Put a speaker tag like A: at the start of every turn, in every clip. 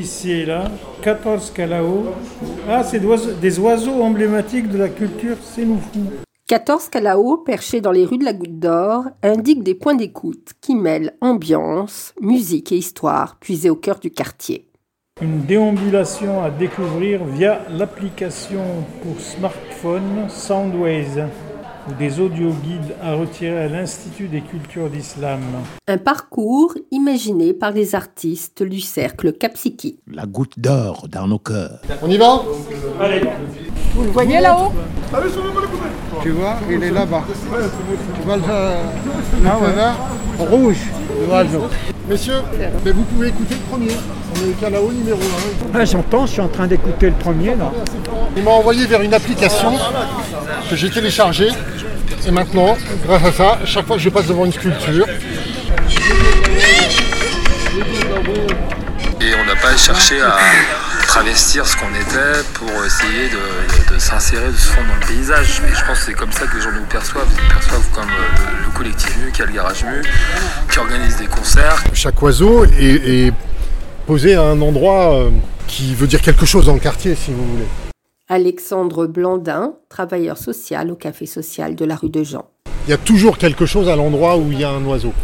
A: Ici et là, 14 Calao. Ah, c'est d'oise- des oiseaux emblématiques de la culture sénoufou.
B: 14 Calao, perchés dans les rues de la Goutte d'Or, indiquent des points d'écoute qui mêlent ambiance, musique et histoire puisées au cœur du quartier.
A: Une déambulation à découvrir via l'application pour smartphone Soundways ou des audio-guides à retirer à l'Institut des cultures d'islam.
B: Un parcours imaginé par les artistes du cercle Capsiki.
C: la goutte d'or dans nos cœurs.
D: On y va
A: Allez,
B: Vous le voyez là-haut
D: Tu vois, il est là-bas. Tu vois le, euh, le fanard rouge de l'oiseau. Messieurs, mais vous pouvez écouter le premier. On est là-haut numéro 1.
E: Ah, j'entends, je suis en train d'écouter le premier là.
D: Il m'a envoyé vers une application que j'ai téléchargée. Et maintenant, grâce à ça, chaque fois que je passe devant une sculpture,
F: Et on n'a pas cherché à travestir ce qu'on était pour essayer de, de- de s'insérer, de se fondre dans le paysage. Et je pense que c'est comme ça que les gens nous perçoivent. Ils nous perçoivent comme euh, le, le collectif MU qui a le garage MU, qui organise des concerts,
D: chaque oiseau est, est posé à un endroit euh, qui veut dire quelque chose dans le quartier, si vous voulez.
B: Alexandre Blandin, travailleur social au café social de la rue de Jean.
D: Il y a toujours quelque chose à l'endroit où il y a un oiseau.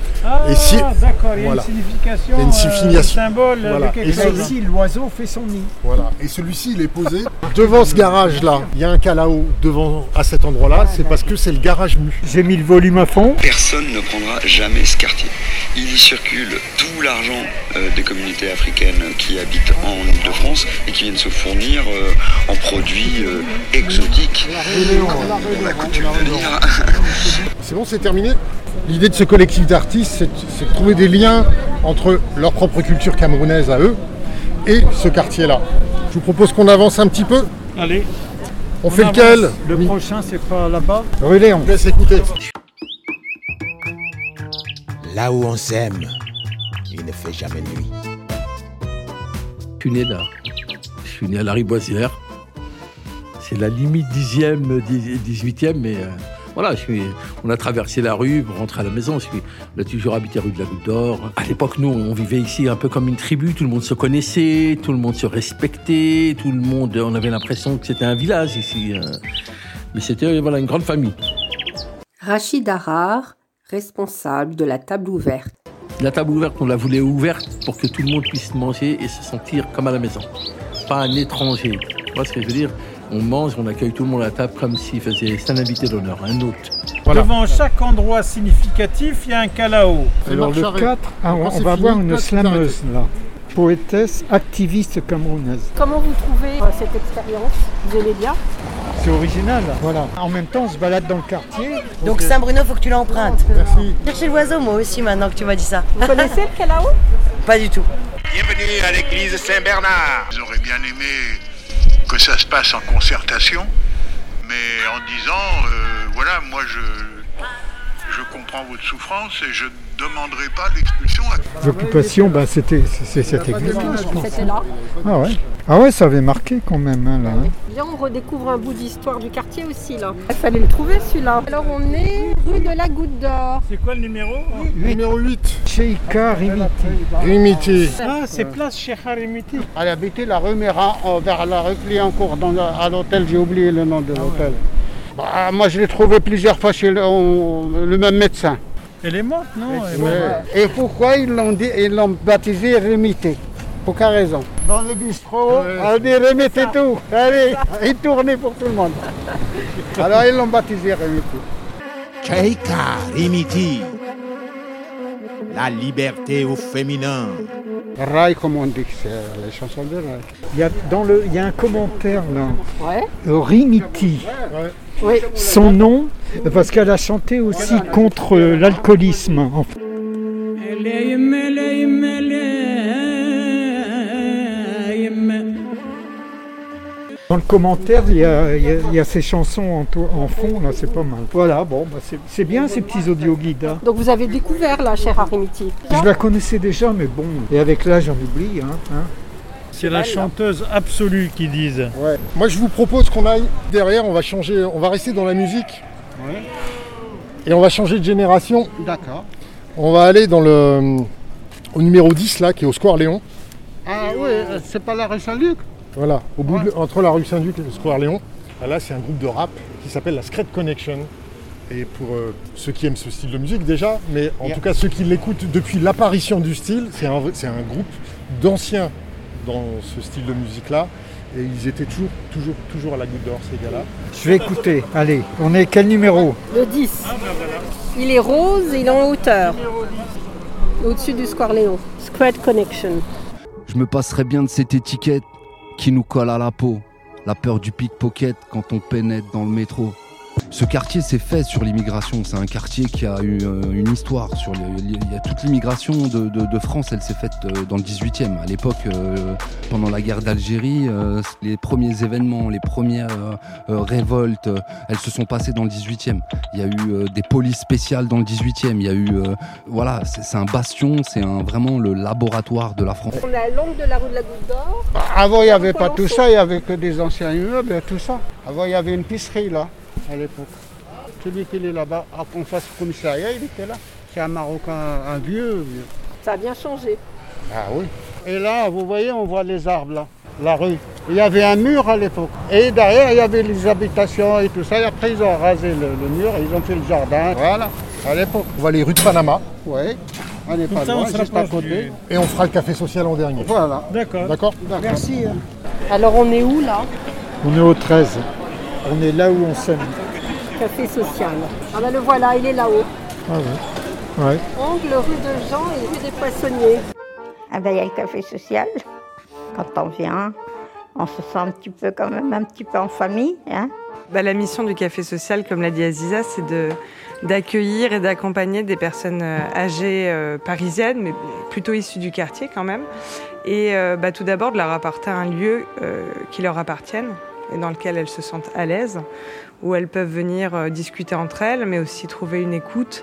D: Et si-
A: Ah, d'accord, il y a
D: voilà.
A: une signification,
D: Il y a une
A: euh,
D: signification.
A: symbole de
D: Voilà. Et
A: quelque
D: ça,
E: Là,
A: chose.
E: ici, l'oiseau fait son nid.
D: Voilà. Et celui-ci, il est posé devant ce garage-là. Il y a un calao devant à cet endroit-là. C'est parce que c'est le garage mu.
E: J'ai mis le volume à fond.
G: Personne ne prendra jamais ce quartier. Il y circule tout l'argent euh, des communautés africaines qui habitent en Ile-de-France et qui viennent se fournir euh, en produits euh, exotiques, comme on a coutume de dire.
D: C'est bon, c'est terminé. L'idée de ce collectif d'artistes, c'est c'est de trouver des liens entre leur propre culture camerounaise à eux et ce quartier-là. Je vous propose qu'on avance un petit peu.
A: Allez,
D: On, fait
A: avance.
D: lequel
E: Le prochain, c'est pas là-bas.
D: Rue Léon. Laisse écouter.
C: Là où on s'aime, il ne fait jamais nuit.
H: Je suis né là. Je suis né à la Riboisière. C'est la limite dixième, dix- dix-huitième, mais euh, voilà, je suis, on a traversé la rue pour rentrer à la maison. Je suis- on a toujours habité rue de la Goutte d'Or. À l'époque, nous, on vivait ici un peu comme une tribu. Tout le monde se connaissait, tout le monde se respectait, tout le monde, on avait l'impression que c'était un village ici. euh. Mais c'était euh, voilà, une grande famille.
B: Rachid Harar, responsable de la table ouverte.
H: La table ouverte, on la voulait ouverte pour que tout le monde puisse manger et se sentir comme à la maison. Pas un étranger. Tu vois ce que je veux dire On mange, on accueille tout le monde à la table comme s'il faisait c'est un invité d'honneur, un hôte.
D: Voilà.
A: devant chaque endroit significatif, il y a un Calao.
E: Alors le 4, ah, on,
D: Quand c'est
E: va
D: fini,
E: voir une
D: place
E: slameuse là. Poétesse, activiste camerounaise.
I: Comment vous trouvez euh, cette expérience Vous aimez bien
E: C'est original. Voilà. En même temps, on se balade dans le quartier.
J: Donc Saint-Bruno, faut que tu l'empruntes.
D: Merci.
J: Chercher l'oiseau, moi aussi, maintenant que tu m'as dit ça.
I: Ah, Vous connaissez le Calao
J: Pas du tout.
G: Bienvenue à l'église Saint-Bernard.
K: J'aurais bien aimé que ça se passe en concertation, mais en disant, euh, voilà, moi je, je comprends votre souffrance et je ne demanderai pas l'expulsion.
E: L'occupation, bah, c'était c'est- c'est cette église-là, je pense.
I: C'était là.
E: Ah ouais. Ah ouais, ça avait marqué quand même hein, là. hein.
I: Bien, on redécouvre un bout d'histoire du quartier aussi là. Il fallait le trouver celui-là. Alors on est rue de la Goutte d'Or.
A: C'est quoi le numéro
D: Numéro 8.
E: Cheikha Rimiti.
D: Rimiti.
A: Ah, c'est place Cheikh Harimiti.
D: Elle habitait la rue Méra euh, vers la rue Cliancourt, dans la- à l'hôtel, j'ai oublié le nom de l'hôtel. Bah, moi, je l'ai trouvé plusieurs fois chez le, on- le même médecin.
A: Elle est morte, non Elle est morte.
D: Et pourquoi ils l'ont dit- ils l'ont baptisé Rémité Pour quelle raison Dans le bistrot, on dit Rémité tout. Allez, il tournait pour tout le monde. Alors ils l'ont baptisé Rémité.
C: Cheika Rimiti. La liberté au féminin.
D: Rai, comme on dit, c'est les chansons de Rai.
E: Il y a dans le, il y a un commentaire là.
I: Ouais.
E: Rimiti.
I: Oui.
E: Son nom, parce qu'elle a chanté aussi contre euh, l'alcoolisme. en fait. Dans le commentaire, il y a, il y a- il y a ces chansons en, to- en fond, là, c'est pas mal. Voilà, bon, bah, c'est- c'est bien ces petits audioguides. hein.
I: Donc vous avez découvert là, cher Arimiti.
E: Je la connaissais déjà, mais bon, et avec l'âge, on oublie. Hein, hein.
A: C'est la chanteuse absolue qu'ils disent.
D: Ouais. Moi, je vous propose qu'on aille derrière, on va changer, on va rester dans la musique. Et on va changer de génération. euh, D'accord. On va aller dans le au numéro 10 là qui est au Square Léon. Ah oui, euh, c'est pas la rue Saint-Luc
E: Voilà, au bout de- entre la rue Saint-Duc et le Square Léon, ah là c'est un groupe de rap qui s'appelle la Scred Connection. Et pour euh, ceux qui aiment ce style de musique déjà, mais en
D: Yeah.
E: tout cas ceux qui l'écoutent depuis l'apparition du style, c'est un, vrai- c'est un groupe d'anciens dans ce style de musique-là. Et ils étaient toujours, toujours, toujours à la goutte d'or, ces gars-là.
L: Je vais écouter. Allez, on est quel numéro
I: Le 10. Il est rose et il est en hauteur. Au-dessus du Square Léon. Square Connection.
M: Je me passerais bien de cette étiquette qui nous colle à la peau. La peur du pickpocket quand on pénètre dans le métro. Ce quartier s'est fait sur l'immigration. C'est un quartier qui a eu euh, une histoire. Sur les- il y a toute l'immigration de, de- de France, elle s'est faite euh, dans le 18e. À l'époque, euh, pendant la guerre d'Algérie, euh, les premiers événements, les premières euh, euh, révoltes, euh, elles se sont passées dans le 18e. Il y a eu euh, des polices spéciales dans le 18e. Il y a eu, euh, voilà, c'est c'est un bastion, c'est un- vraiment le laboratoire de la France.
I: On est à l'angle de la rue de la Goutte d'Or.
D: Avant, il n'y avait pas tout ça, il n'y avait que des anciens immeubles et tout ça. Avant, il y avait une pisserie là, à l'époque. Celui qui est là-bas, à qu'on fasse commissariat, il était là. C'est un Marocain, un vieux, vieux.
I: Ça a bien changé.
D: Ah oui. Et là, vous voyez, on voit les arbres là, la rue. Il y avait un mur à l'époque. Et derrière, il y avait les habitations et tout ça. Et après, ils ont rasé le, le mur, ils ont fait le jardin. Voilà, à l'époque.
E: On va les rues de Panama.
D: Oui, on n'est
E: Tout
D: pas
E: ça, on
D: loin,
E: se
D: juste à
E: rapproche
D: côté.
E: du- Et on fera le café social en dernier.
D: Voilà.
A: D'accord.
E: D'accord
D: Merci.
I: Alors on est où là
L: On est au 13. On est là où on s'aime.
I: Café social. Ah ben le voilà, il est là-haut.
L: Ah ouais. Ouais.
I: Angle rue de Jean et rue des Poissonniers.
N: Ah ben, il y a le café social. Quand on vient, on se sent un petit peu quand même un petit peu en famille. Hein
H: Bah, la mission du Café Social, comme l'a dit Aziza, c'est de, d'accueillir et d'accompagner des personnes euh, âgées euh, parisiennes, mais plutôt issues du quartier quand même. Et euh, bah, tout d'abord, de leur apporter un lieu euh, qui leur appartienne et dans lequel elles se sentent à l'aise, où elles peuvent venir euh, discuter entre elles, mais aussi trouver une écoute,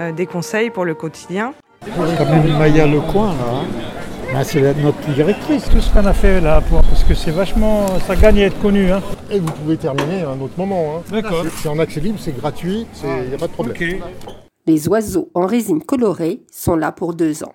H: euh, des conseils pour le quotidien.
L: Comme Maya Lecoin, là. hein.
E: Bah,
L: Ah, c'est la- notre directrice.
A: Tout ce qu'on a fait là, pour- parce que c'est vachement. Ça gagne à être connu. Hein.
E: Et vous pouvez terminer à un autre moment. hein.
A: D'accord.
E: C'est- C'est en accès libre, c'est gratuit, il n'y a pas de problème.
A: Ok.
B: Les oiseaux en résine colorée sont là pour deux ans.